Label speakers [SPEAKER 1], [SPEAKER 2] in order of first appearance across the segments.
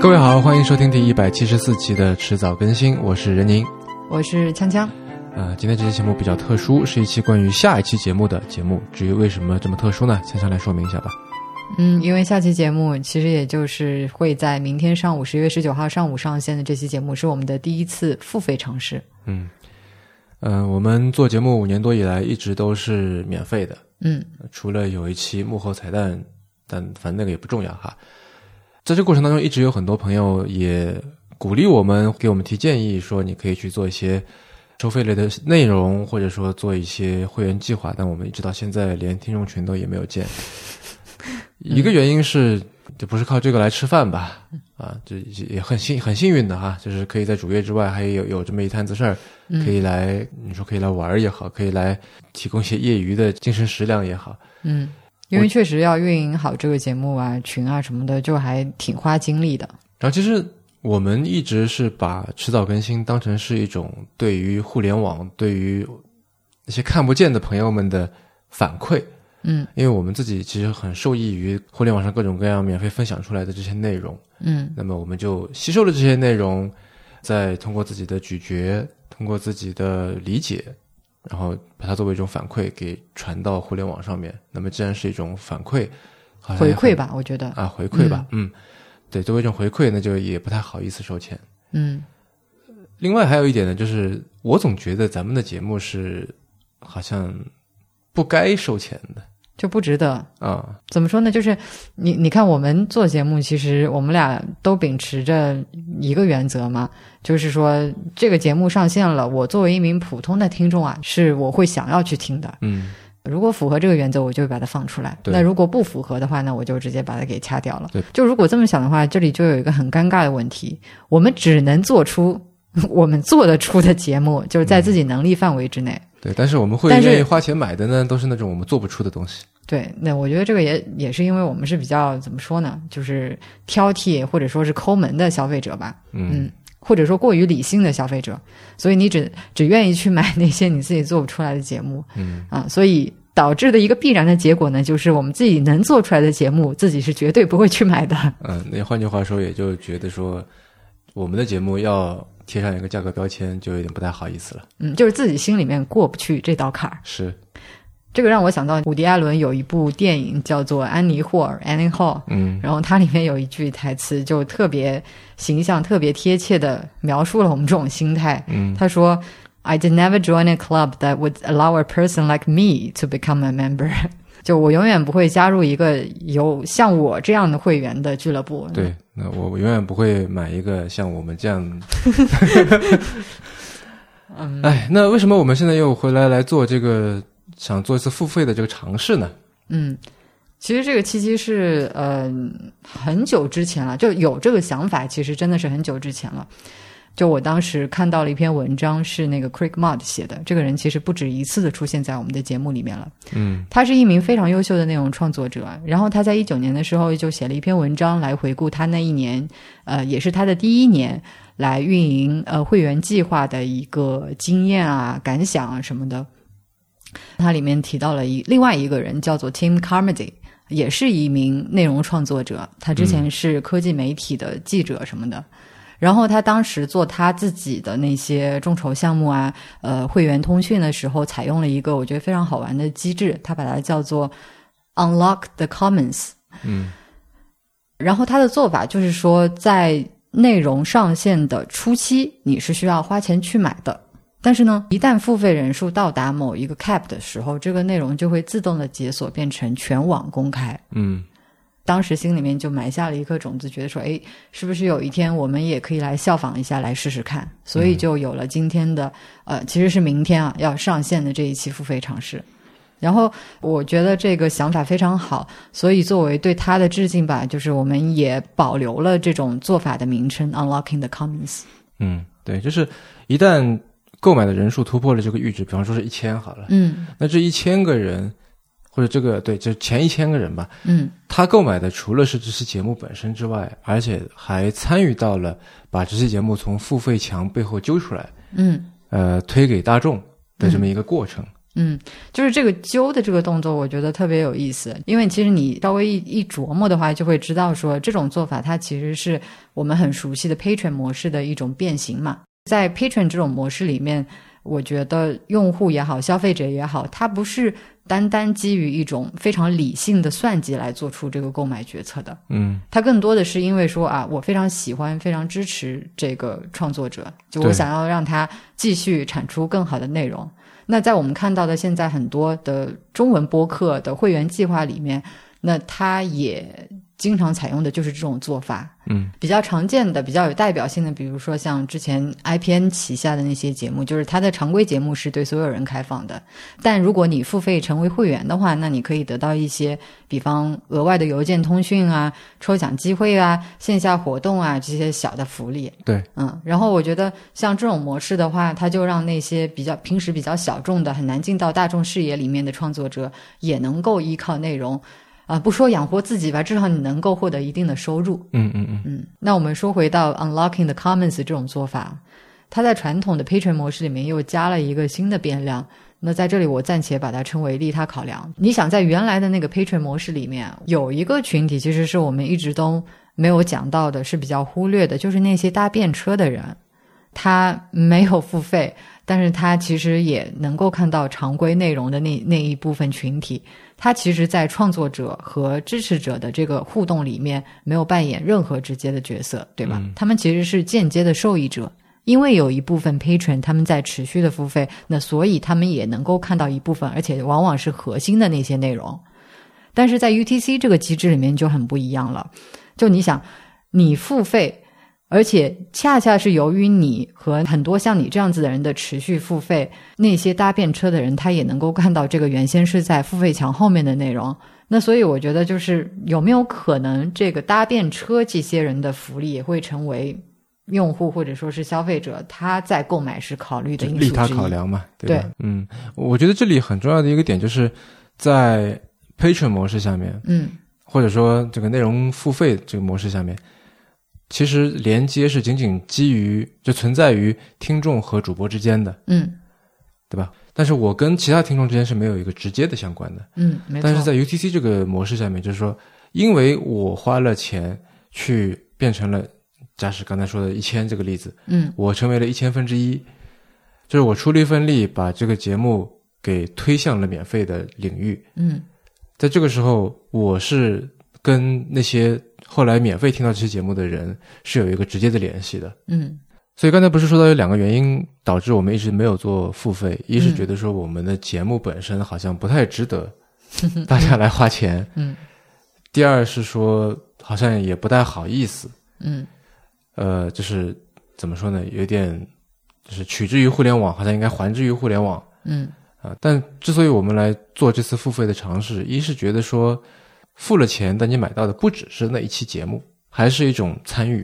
[SPEAKER 1] 各位好，欢迎收听第一百七十四期的迟早更新，我是任宁。
[SPEAKER 2] 我是锵锵。
[SPEAKER 1] 啊、今天这期节目比较特殊，是一期关于下一期节目的节目。至于为什么这么特殊呢？锵锵来说明一下吧。
[SPEAKER 2] 嗯，因为下期节目其实也就是会在明天上午，十月十九号上午上线的这期节目是我们的第一次付费尝试。
[SPEAKER 1] 嗯，呃，我们做节目五年多以来一直都是免费的，
[SPEAKER 2] 嗯，
[SPEAKER 1] 除了有一期幕后彩蛋，但反正那个也不重要哈。在这过程当中，一直有很多朋友也鼓励我们，给我们提建议，说你可以去做一些收费类的内容，或者说做一些会员计划。但我们一直到现在连听众群都也没有建。一个原因是，就不是靠这个来吃饭吧？啊，这也很幸很幸运的哈，就是可以在主业之外还有有这么一摊子事儿，
[SPEAKER 2] 嗯
[SPEAKER 1] 可以来你说可以来玩儿也好，可以来提供一些业余的精神食粮也好。
[SPEAKER 2] 嗯，因为确实要运营好这个节目啊、群啊什么的，就还挺花精力的。
[SPEAKER 1] 然后其实我们一直是把迟早更新当成是一种对于互联网、对于那些看不见的朋友们的反馈，
[SPEAKER 2] 嗯
[SPEAKER 1] 因为我们自己其实很受益于互联网上各种各样免费分享出来的这些内容。
[SPEAKER 2] 嗯
[SPEAKER 1] 那么我们就吸收了这些内容，再通过自己的咀嚼，通过自己的理解，然后把它作为一种反馈给传到互联网上面。那么既然是一种反馈，好像
[SPEAKER 2] 回
[SPEAKER 1] 也
[SPEAKER 2] 馈吧，我觉得。
[SPEAKER 1] 啊，回馈吧，嗯，对，作为一种回馈，那就也不太好意思收钱。
[SPEAKER 2] 嗯
[SPEAKER 1] 另外还有一点呢，就是我总觉得咱们的节目是好像不该收钱的
[SPEAKER 2] 就不值得。
[SPEAKER 1] 啊，
[SPEAKER 2] 怎么说呢？就是你你看，我们做节目，其实我们俩都秉持着一个原则嘛，就是说这个节目上线了，我作为一名普通的听众啊，是我会想要去听的。
[SPEAKER 1] 嗯，
[SPEAKER 2] 如果符合这个原则，我就会把它放出来；
[SPEAKER 1] 对
[SPEAKER 2] 那如果不符合的话，那我就直接把它给掐掉了
[SPEAKER 1] 对。
[SPEAKER 2] 就如果这么想的话，这里就有一个很尴尬的问题：我们只能做出 我们做得出的节目，就是在自己能力范围之内。
[SPEAKER 1] 对。但是我们会
[SPEAKER 2] 但是
[SPEAKER 1] 愿意花钱买的呢，都是那种我们做不出的东西。
[SPEAKER 2] 对，那我觉得这个也也是因为我们是比较怎么说呢，就是挑剔或者说是抠门的消费者吧，
[SPEAKER 1] 嗯
[SPEAKER 2] 嗯或者说过于理性的消费者，所以你只只愿意去买那些你自己做不出来的节目
[SPEAKER 1] 嗯，
[SPEAKER 2] 啊，所以导致的一个必然的结果呢，就是我们自己能做出来的节目，自己是绝对不会去买的。
[SPEAKER 1] 嗯，那换句话说，也就觉得说我们的节目要贴上一个价格标签，就有点不太好意思了。
[SPEAKER 2] 嗯，就是自己心里面过不去这道坎儿。
[SPEAKER 1] 是，
[SPEAKER 2] 这个让我想到伍迪·艾伦有一部电影叫做《安妮霍尔》（Annie Hall），
[SPEAKER 1] 嗯
[SPEAKER 2] 然后它里面有一句台词就特别形象、特别贴切的描述了我们这种心态。
[SPEAKER 1] 嗯
[SPEAKER 2] 他说：“I did never join a club that would allow a person like me to become a member。”就 我永远不会加入一个有像我这样的会员的俱乐部。
[SPEAKER 1] 对。那我我永远不会买一个像我们这样。 哎，那为什么我们现在又回来来做这个想做一次付费的这个尝试呢？
[SPEAKER 2] 嗯，其实这个契机是呃很久之前了，就有这个想法，其实真的是很久之前了。就我当时看到了一篇文章，是那个 Craig Mott 写的。这个人其实不止一次的出现在我们的节目里面了。
[SPEAKER 1] 嗯
[SPEAKER 2] 他是一名非常优秀的内容创作者，然后他在一九年的时候就写了一篇文章来回顾他那一年，呃，也是他的第一年来运营呃会员计划的一个经验啊、感想啊什么的。他里面提到了一另外一个人叫做 Tim Carmody，也是一名内容创作者，他之前是科技媒体的记者什么的。然后他当时做他自己的那些众筹项目啊，呃，会员通讯的时候，采用了一个我觉得非常好玩的机制，他把它叫做 Unlock the Commons。
[SPEAKER 1] 嗯
[SPEAKER 2] 然后他的做法就是说，在内容上线的初期，你是需要花钱去买的。但是呢，一旦付费人数到达某一个 cap 的时候，这个内容就会自动的解锁，变成全网公开。
[SPEAKER 1] 嗯
[SPEAKER 2] 当时心里面就埋下了一颗种子，觉得说，哎，是不是有一天我们也可以来效仿一下，来试试看？所以就有了今天的，呃，其实是明天啊要上线的这一期付费尝试。然后我觉得这个想法非常好，所以作为对他的致敬吧，就是我们也保留了这种做法的名称 “Unlocking the Commons”。
[SPEAKER 1] 嗯，对，就是一旦购买的人数突破了这个阈值，比方说是一千好了，
[SPEAKER 2] 嗯
[SPEAKER 1] 那这一千个人，或者这个对，就前一千个人吧，
[SPEAKER 2] 嗯
[SPEAKER 1] 他购买的除了是这期节目本身之外，而且还参与到了把这期节目从付费墙背后揪出来，
[SPEAKER 2] 嗯
[SPEAKER 1] 呃，推给大众的这么一个过程。
[SPEAKER 2] 嗯，就是这个揪的这个动作，我觉得特别有意思，因为其实你稍微一一琢磨的话，就会知道说这种做法它其实是我们很熟悉的 Patron 模式的一种变形嘛。在 Patron 这种模式里面，我觉得用户也好，消费者也好，他不是单单基于一种非常理性的算计来做出这个购买决策的，
[SPEAKER 1] 嗯，
[SPEAKER 2] 他更多的是因为说啊，我非常喜欢，非常支持这个创作者，就我
[SPEAKER 1] 对
[SPEAKER 2] 想要让他继续产出更好的内容。那在我们看到的现在很多的中文播客的会员计划里面，那他也经常采用的就是这种做法。
[SPEAKER 1] 嗯，
[SPEAKER 2] 比较常见的、比较有代表性的，比如说像之前 IPN 旗下的那些节目，就是它的常规节目是对所有人开放的，但如果你付费成为会员的话，那你可以得到一些，比方额外的邮件通讯啊、抽奖机会啊、线下活动啊这些小的福利。
[SPEAKER 1] 对，
[SPEAKER 2] 嗯，然后我觉得像这种模式的话，它就让那些比较平时比较小众的、很难进到大众视野里面的创作者，也能够依靠内容，啊、不说养活自己吧，至少你能够获得一定的收入。
[SPEAKER 1] 嗯嗯嗯，
[SPEAKER 2] 嗯，那我们说回到 unlocking the commons 这种做法，它在传统的 patron 模式里面又加了一个新的变量。那在这里，我暂且把它称为利他考量。你想，在原来的那个 patron 模式里面，有一个群体其实是我们一直都没有讲到的，是比较忽略的，就是那些搭便车的人。他没有付费，但是他其实也能够看到常规内容的那那一部分群体，他其实，在创作者和支持者的这个互动里面，没有扮演任何直接的角色，对吧？他们其实是间接的受益者，因为有一部分 patron 他们在持续的付费，那所以他们也能够看到一部分，而且往往是核心的那些内容。但是在 UTC 这个机制里面就很不一样了，就你想，你付费，而且恰恰是由于你和很多像你这样子的人的持续付费，那些搭便车的人他也能够看到这个原先是在付费墙后面的内容。那所以我觉得就是有没有可能这个搭便车这些人的福利也会成为用户或者说是消费者他在购买时考虑的
[SPEAKER 1] 就
[SPEAKER 2] 因素之一
[SPEAKER 1] 利他考量嘛，对吧？
[SPEAKER 2] 对
[SPEAKER 1] 嗯，我觉得这里很重要的一个点就是在 Patron 模式下面，
[SPEAKER 2] 嗯，
[SPEAKER 1] 或者说这个内容付费这个模式下面，其实连接是仅仅基于就存在于听众和主播之间的，
[SPEAKER 2] 嗯
[SPEAKER 1] 对吧？但是我跟其他听众之间是没有一个直接的相关的。
[SPEAKER 2] 嗯，没错。
[SPEAKER 1] 但是在 UTC 这个模式下面，就是说，因为我花了钱去变成了，假使刚才说的一千这个例子，
[SPEAKER 2] 嗯
[SPEAKER 1] 我成为了一千分之一，就是我出力分力把这个节目给推向了免费的领域。
[SPEAKER 2] 嗯
[SPEAKER 1] 在这个时候，我是跟那些后来免费听到这期节目的人是有一个直接的联系的。
[SPEAKER 2] 嗯
[SPEAKER 1] 所以刚才不是说到有两个原因导致我们一直没有做付费，一是
[SPEAKER 2] 嗯
[SPEAKER 1] 觉得说我们的节目本身好像不太值得大家来花钱，
[SPEAKER 2] 嗯
[SPEAKER 1] 第二是说好像也不太好意思，
[SPEAKER 2] 嗯
[SPEAKER 1] 呃，就是怎么说呢，有点就是取之于互联网，好像应该还之于互联网。
[SPEAKER 2] 嗯
[SPEAKER 1] 啊，但之所以我们来做这次付费的尝试，一是觉得说，付了钱，但你买到的不只是那一期节目，还是一种参与；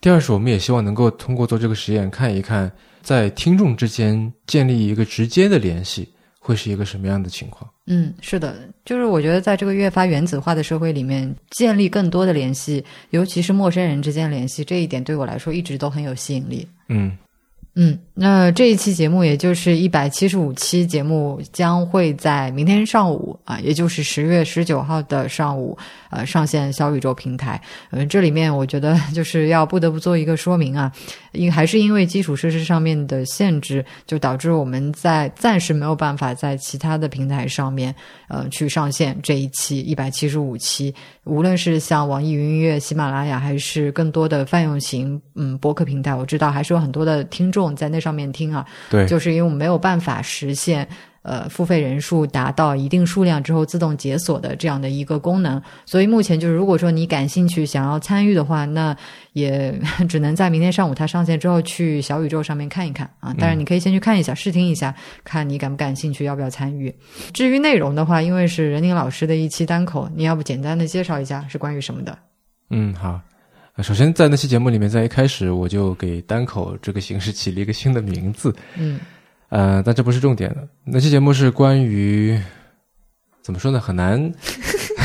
[SPEAKER 1] 第二是我们也希望能够通过做这个实验，看一看在听众之间建立一个直接的联系，会是一个什么样的情况。
[SPEAKER 2] 嗯，是的，就是我觉得在这个越发原子化的社会里面，建立更多的联系，尤其是陌生人之间联系，这一点对我来说一直都很有吸引力。
[SPEAKER 1] 嗯，
[SPEAKER 2] 嗯，那这一期节目也就是一百七十五期节目，将会在明天上午啊、也就是十月十九号的上午，呃，上线小宇宙平台。嗯、这里面我觉得 就是要不得不做一个说明啊，因还是因为基础设施上面的限制，就导致我们在暂时没有办法在其他的平台上面，呃，去上线这一期一百七十五期。无论是像网易云音乐、喜马拉雅，还是更多的泛用型嗯播客平台，我知道还是有很多的听众在那上面听啊，
[SPEAKER 1] 对，
[SPEAKER 2] 就是因为我们没有办法实现。呃，付费人数达到一定数量之后自动解锁的这样的一个功能，所以目前就是，如果说你感兴趣想要参与的话，那也 只能在明天上午它上线之后去小宇宙上面看一看啊。
[SPEAKER 1] 嗯
[SPEAKER 2] 当然，你可以先去看一下、试听一下，看你感不感兴趣，要不要参与。至于内容的话，因为是任宁老师的一期单口，你要不简单的介绍一下是关于什么的？
[SPEAKER 1] 嗯，好。呃首先，在那期节目里面，在一开始我就给单口这个形式起了一个新的名字，
[SPEAKER 2] 嗯
[SPEAKER 1] 呃，但这不是重点的。那期节目是关于怎么说呢？很难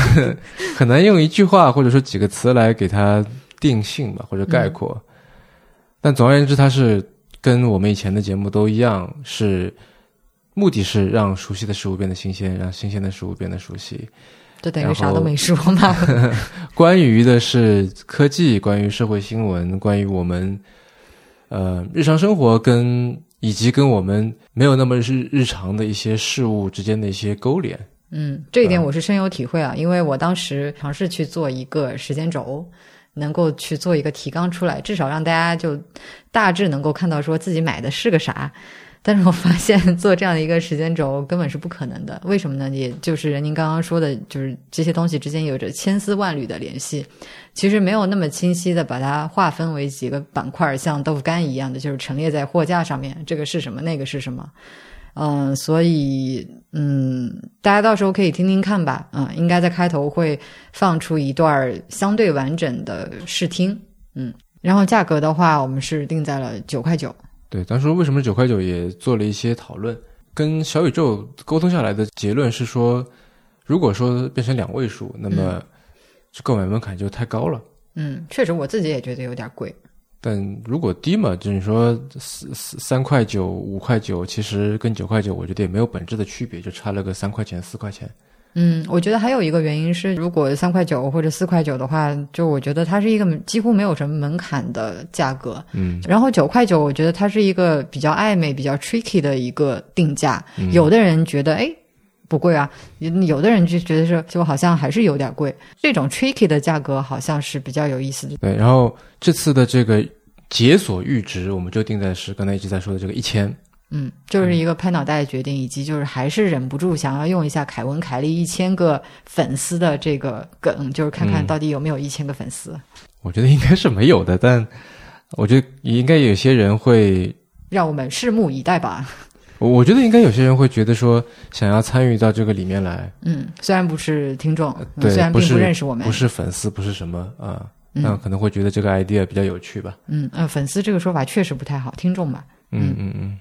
[SPEAKER 1] 很难用一句话或者说几个词来给它定性吧，或者概括。但总而言之，它是跟我们以前的节目都一样，是目的是让熟悉的事物变得新鲜，让新鲜的事物变得熟悉。
[SPEAKER 2] 就等于
[SPEAKER 1] 然
[SPEAKER 2] 啥都
[SPEAKER 1] 后
[SPEAKER 2] 没说嘛。
[SPEAKER 1] 关于的是科技，关于社会新闻，关于我们呃日常生活跟以及跟我们没有那么日日常的一些事物之间的一些勾连。
[SPEAKER 2] 嗯，这一点我是深有体会啊，因为我当时尝试去做一个时间轴，能够去做一个提纲出来，至少让大家就大致能够看到说自己买的是个啥。但是我发现做这样的一个时间轴根本是不可能的，为什么呢？也就是任宁刚刚说的，就是这些东西之间有着千丝万缕的联系，其实没有那么清晰的把它划分为几个板块，像豆腐干一样的，就是陈列在货架上面，这个是什么，那个是什么。嗯，所以嗯，大家到时候可以听听看吧。啊、应该在开头会放出一段儿相对完整的试听。嗯，然后价格的话，我们是定在了九块九。
[SPEAKER 1] 对，当时为什么九块九也做了一些讨论，跟小宇宙沟通下来的结论是说，如果说变成两位数，那么购买门槛就太高了。
[SPEAKER 2] 嗯，确实我自己也觉得有点贵。
[SPEAKER 1] 但如果低嘛，就是你说四四三块九、五块九，其实跟九块九，我觉得也没有本质的区别，就差了个三块钱、四块钱。
[SPEAKER 2] 嗯，我觉得还有一个原因是，如果三块九或者四块九的话，就我觉得它是一个几乎没有什么门槛的价格。
[SPEAKER 1] 嗯，
[SPEAKER 2] 然后九块九，我觉得它是一个比较暧昧、比较 tricky 的一个定价。
[SPEAKER 1] 嗯
[SPEAKER 2] 有的人觉得哎不贵啊，有有的人就觉得是就好像还是有点贵。这种 tricky 的价格好像是比较有意思的。
[SPEAKER 1] 对。然后这次的这个解锁阈值，我们就定在是刚才一直在说的这个一千。
[SPEAKER 2] 嗯，就是一个拍脑袋的决定，以及就是还是忍不住想要用一下凯文·凯利一千个粉丝的这个梗，就是看
[SPEAKER 1] 嗯
[SPEAKER 2] 看到底有没有一千个粉丝。
[SPEAKER 1] 我觉得应该是没有的，但我觉得应该有些人会
[SPEAKER 2] 让我们拭目以待吧。
[SPEAKER 1] 我我觉得应该有些人会觉得说，想要参与到这个里面来，
[SPEAKER 2] 嗯，虽然不是听众，嗯
[SPEAKER 1] 对
[SPEAKER 2] 虽然
[SPEAKER 1] 不
[SPEAKER 2] 并
[SPEAKER 1] 是
[SPEAKER 2] 不认识我们
[SPEAKER 1] 不，是粉丝，不是什么啊，
[SPEAKER 2] 嗯
[SPEAKER 1] 那可能会觉得这个 idea 比较有趣吧。
[SPEAKER 2] 嗯呃，粉丝这个说法确实不太好，听众吧。
[SPEAKER 1] 嗯嗯嗯，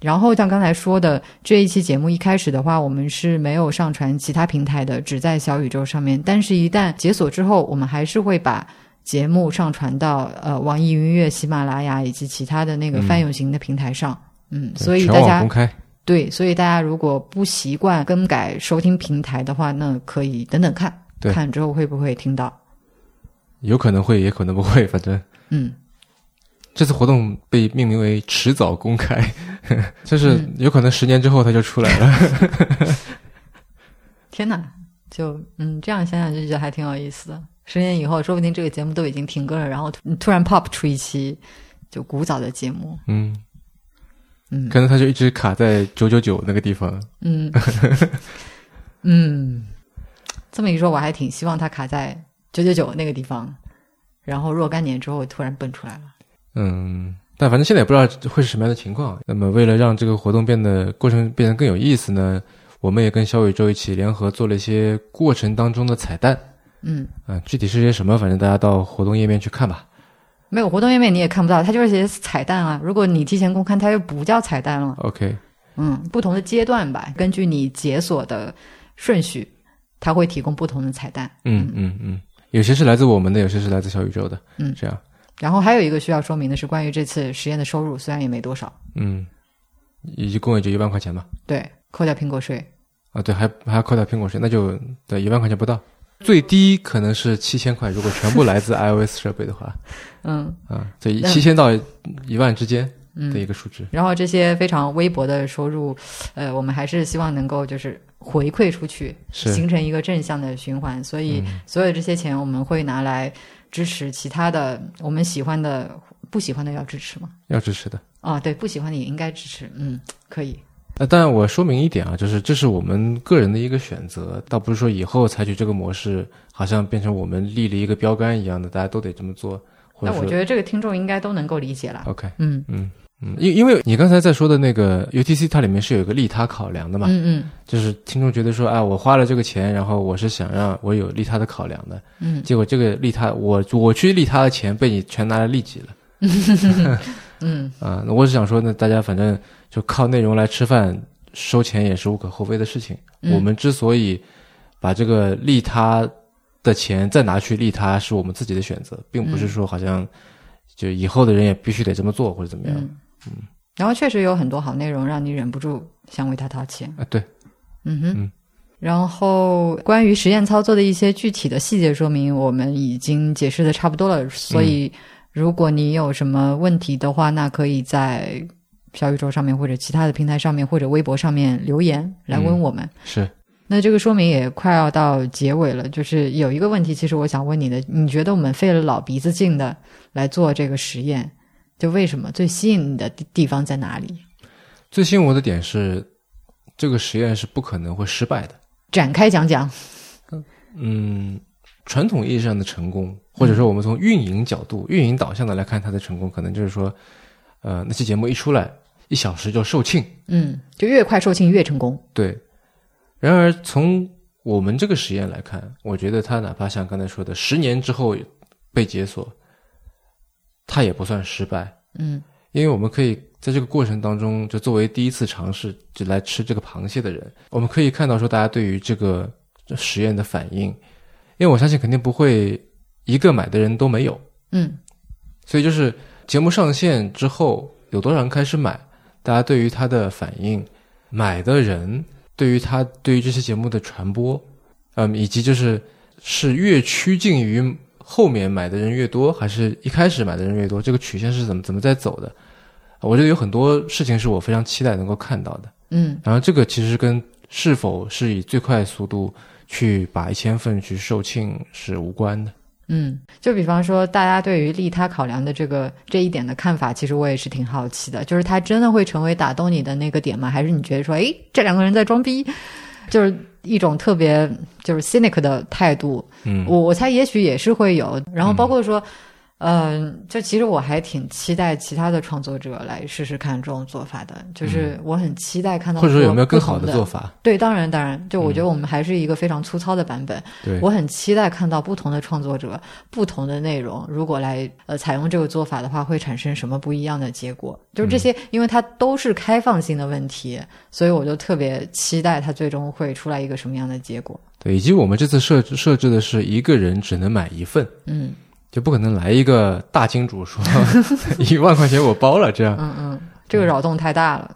[SPEAKER 2] 然后像刚才说的，这一期节目一开始的话，我们是没有上传其他平台的，只在小宇宙上面。但是，一旦解锁之后，我们还是会把节目上传到呃网易云音乐、喜马拉雅以及其他的那个泛用型的平台上。嗯，
[SPEAKER 1] 对
[SPEAKER 2] 所以
[SPEAKER 1] 嗯全
[SPEAKER 2] 大
[SPEAKER 1] 网
[SPEAKER 2] 家
[SPEAKER 1] 公开，
[SPEAKER 2] 对，所以大家如果不习惯更改收听平台的话，那可以等等看，
[SPEAKER 1] 对
[SPEAKER 2] 看之后会不会听到。
[SPEAKER 1] 有可能会，也可能不会，反正
[SPEAKER 2] 嗯，
[SPEAKER 1] 这次活动被命名为迟早公开， 就是
[SPEAKER 2] 嗯
[SPEAKER 1] 有可能十年之后它就出来了。
[SPEAKER 2] 天哪，就嗯，这样想想就觉得还挺有意思的。十年以后，说不定这个节目都已经停更了，然后突突然 pop 出一期就古早的节目，
[SPEAKER 1] 嗯，
[SPEAKER 2] 嗯
[SPEAKER 1] 可能它就一直卡在九九九那个地方。
[SPEAKER 2] 嗯嗯，这么一说，我还挺希望它卡在九九九那个地方，然后若干年之后突然蹦出来了。
[SPEAKER 1] 嗯，但反正现在也不知道会是什么样的情况。那么，为了让这个活动变得过程变得更有意思呢，我们也跟小宇宙一起联合做了一些过程当中的彩蛋
[SPEAKER 2] 嗯，
[SPEAKER 1] 啊、具体是些什么，反正大家到活动页面去看吧。
[SPEAKER 2] 没有活动页面你也看不到，它就是些彩蛋啊。如果你提前公看，它又不叫彩蛋了。
[SPEAKER 1] OK，
[SPEAKER 2] 嗯，不同的阶段吧，根据你解锁的顺序，它会提供不同的彩蛋。
[SPEAKER 1] 嗯嗯嗯，有些是来自我们的，有些是来自小宇宙的，
[SPEAKER 2] 嗯
[SPEAKER 1] 这样，
[SPEAKER 2] 然后还有一个需要说明的是，关于这次实验的收入，虽然也没多少，
[SPEAKER 1] 嗯，一共也就一万块钱吧。
[SPEAKER 2] 对，扣掉苹果税，
[SPEAKER 1] 啊，对，还还要扣掉苹果税，那就对一万块钱不到，最低可能是七千块，如果全部来自 iOS 设备的话，
[SPEAKER 2] 嗯
[SPEAKER 1] 啊，对，
[SPEAKER 2] 那
[SPEAKER 1] 七千到一万之间的一
[SPEAKER 2] 嗯。
[SPEAKER 1] 个数值。
[SPEAKER 2] 然后这些非常微薄的收入，呃，我们还是希望能够就是回馈出去，
[SPEAKER 1] 是嗯
[SPEAKER 2] 形成一个正向的循环。所以所有这些钱我们会拿来支持其他的我们喜欢的、不喜欢的要支持嘛？
[SPEAKER 1] 要支持的。
[SPEAKER 2] 啊，对，不喜欢的也应该支持。嗯，可以。
[SPEAKER 1] 呃，但我说明一点啊，就是这是我们个人的一个选择，倒不是说以后采取这个模式，好像变成我们立了一个标杆一样的，大家都得这么做，或
[SPEAKER 2] 那
[SPEAKER 1] 者
[SPEAKER 2] 我觉
[SPEAKER 1] 说
[SPEAKER 2] 得这个听众应该都能够理解了。
[SPEAKER 1] OK，
[SPEAKER 2] 嗯
[SPEAKER 1] 嗯，因因为你刚才在说的那个 UTC，它里面是有一个利他考量的嘛，
[SPEAKER 2] 嗯
[SPEAKER 1] 就是听众觉得说，啊，我花了这个钱，然后我是想让我有利他的考量的，
[SPEAKER 2] 嗯
[SPEAKER 1] 结果这个利他，我我去利他的钱被你全拿来利己了。
[SPEAKER 2] 嗯 嗯，
[SPEAKER 1] 啊，那我只想说呢，大家反正就靠内容来吃饭，收钱也是无可厚非的事情。
[SPEAKER 2] 嗯
[SPEAKER 1] 我们之所以把这个利他的钱再拿去利他，是我们自己的选择，并不是说好像就以后的人也必须得这么做或者怎么样。
[SPEAKER 2] 嗯然后确实有很多好内容，让你忍不住想为它掏钱。
[SPEAKER 1] 啊，对，
[SPEAKER 2] 嗯哼，
[SPEAKER 1] 嗯
[SPEAKER 2] 然后关于实验操作的一些具体的细节说明，我们已经解释的差不多了。所
[SPEAKER 1] 嗯
[SPEAKER 2] 以，如果你有什么问题的话，那可以在小宇宙上面，或者其他的平台上面，或者微博上面留言来问
[SPEAKER 1] 嗯
[SPEAKER 2] 我们。
[SPEAKER 1] 是
[SPEAKER 2] 那这个说明也快要到结尾了，就是有一个问题，其实我想问你的，你觉得我们费了老鼻子劲的来做这个实验，就为什么最吸引你的地地方在哪里？
[SPEAKER 1] 最吸引我的点是，这个实验是不可能会失败的。
[SPEAKER 2] 展开讲讲。
[SPEAKER 1] 嗯，传统意义上的成功，或者说我们从运营角度、运营导向的来看它的成功，可能就是说，呃，那期节目一出来，一小时就售罄。
[SPEAKER 2] 嗯，就越快售罄越成功。
[SPEAKER 1] 对，然而从我们这个实验来看，我觉得它哪怕像刚才说的，十年之后被解锁，它也不算失败，
[SPEAKER 2] 嗯
[SPEAKER 1] 因为我们可以在这个过程当中，就作为第一次尝试就来吃这个螃蟹的人，我们可以看到说大家对于这个实验的反应，因为我相信肯定不会一个买的人都没有，
[SPEAKER 2] 嗯
[SPEAKER 1] 所以就是节目上线之后，有多少人开始买，大家对于它的反应，买的人对于它对于这期节目的传播，嗯，以及就是是越趋近于后面买的人越多，还是一开始买的人越多，这个曲线是怎么怎么在走的？我觉得有很多事情是我非常期待能够看到的。
[SPEAKER 2] 嗯
[SPEAKER 1] 然后这个其实跟是否是以最快速度去把一千份去售罄是无关的。
[SPEAKER 2] 嗯，就比方说，大家对于利他考量的这个这一点的看法，其实我也是挺好奇的，就是它真的会成为打动你的那个点吗？还是你觉得说，诶，这两个人在装逼，就是一种特别就是 cynic 的态度？
[SPEAKER 1] 嗯，
[SPEAKER 2] 我我猜也许也是会有，然后包括说。嗯、就其实我还挺期待其他的创作者来试试看这种做法的，就是我很期待看到
[SPEAKER 1] 嗯或者说有没有更好
[SPEAKER 2] 的
[SPEAKER 1] 的做法？嗯
[SPEAKER 2] 对，当然，当然，就我觉得我们还是一个非常粗糙的版本。
[SPEAKER 1] 对，
[SPEAKER 2] 我很期待看到不同的创作者、不同的内容，如果来呃采用这个做法的话，会产生什么不一样的结果？就是这些，因为它都是开放性的问题，所以我就特别期待它最终会出来一个什么样的结果。
[SPEAKER 1] 对，以及我们这次设置设置的是一个人只能买一份，
[SPEAKER 2] 嗯
[SPEAKER 1] 就不可能来一个大金主 说一万块钱我包了这样。
[SPEAKER 2] 嗯嗯，这个扰动太大了。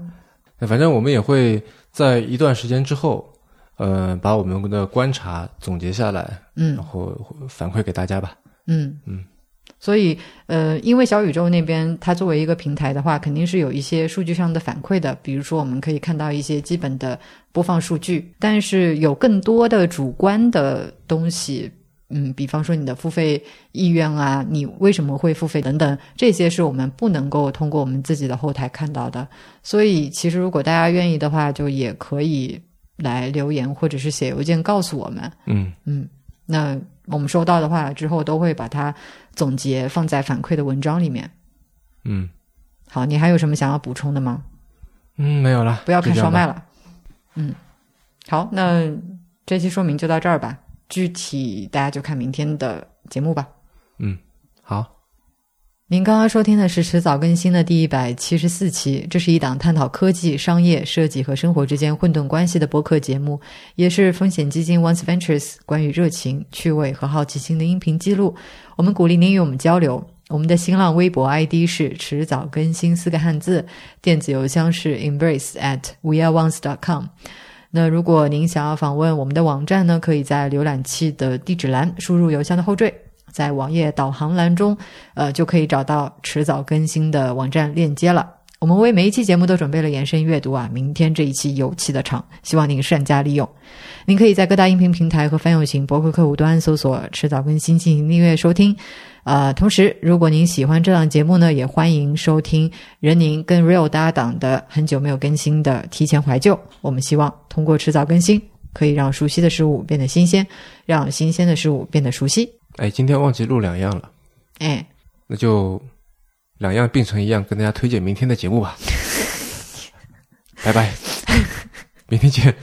[SPEAKER 1] 反正我们也会在一段时间之后，呃，把我们的观察总结下来，
[SPEAKER 2] 嗯
[SPEAKER 1] 然后反馈给大家吧。
[SPEAKER 2] 嗯
[SPEAKER 1] 嗯。
[SPEAKER 2] 所以，呃，因为小宇宙那边它作为一个平台的话，肯定是有一些数据上的反馈的，比如说我们可以看到一些基本的播放数据，但是有更多的主观的东西，嗯，比方说你的付费意愿啊，你为什么会付费等等，这些是我们不能够通过我们自己的后台看到的。所以，其实如果大家愿意的话，就也可以来留言或者是写邮件告诉我们。
[SPEAKER 1] 嗯，
[SPEAKER 2] 嗯，那我们收到的话之后都会把它总结放在反馈的文章里面。
[SPEAKER 1] 嗯
[SPEAKER 2] 好，你还有什么想要补充的吗？
[SPEAKER 1] 嗯，没有了，
[SPEAKER 2] 不要看
[SPEAKER 1] 就这
[SPEAKER 2] 烧
[SPEAKER 1] 样吧
[SPEAKER 2] 麦了。嗯，好，那这期说明就到这儿吧，具体大家就看明天的节目吧。
[SPEAKER 1] 嗯，好，
[SPEAKER 2] 您刚刚收听的是迟早更新的第一百七十四期，这是一档探讨科技、商业、设计和生活之间混沌关系的播客节目，也是风险基金 Once Ventures 关于热情、趣味和好奇心的音频记录。我们鼓励您与我们交流。我们的新浪微博 ID 是迟早更新四个汉字，电子邮箱是 embrace at weareones.com。那如果您想要访问我们的网站呢，可以在浏览器的地址栏输入邮箱的后缀，在网页导航栏中，呃，就可以找到迟早更新的网站链接了。我们为每一期节目都准备了延伸阅读啊，明天这一期尤其的长，希望您善加利用。您可以在各大音频平台和泛用型博客客户端搜索“迟早更新”进行订阅收听。呃，同时，如果您喜欢这档节目呢，也欢迎收听任宁跟 Real 搭档的很久没有更新的《提前怀旧》。我们希望通过迟早更新，可以让熟悉的事物变得新鲜，让新鲜的事物变得熟悉。
[SPEAKER 1] 哎，今天忘记录两样了，
[SPEAKER 2] 哎，
[SPEAKER 1] 那就两样并成一样，跟大家推荐明 天的节目吧。拜拜，明天见。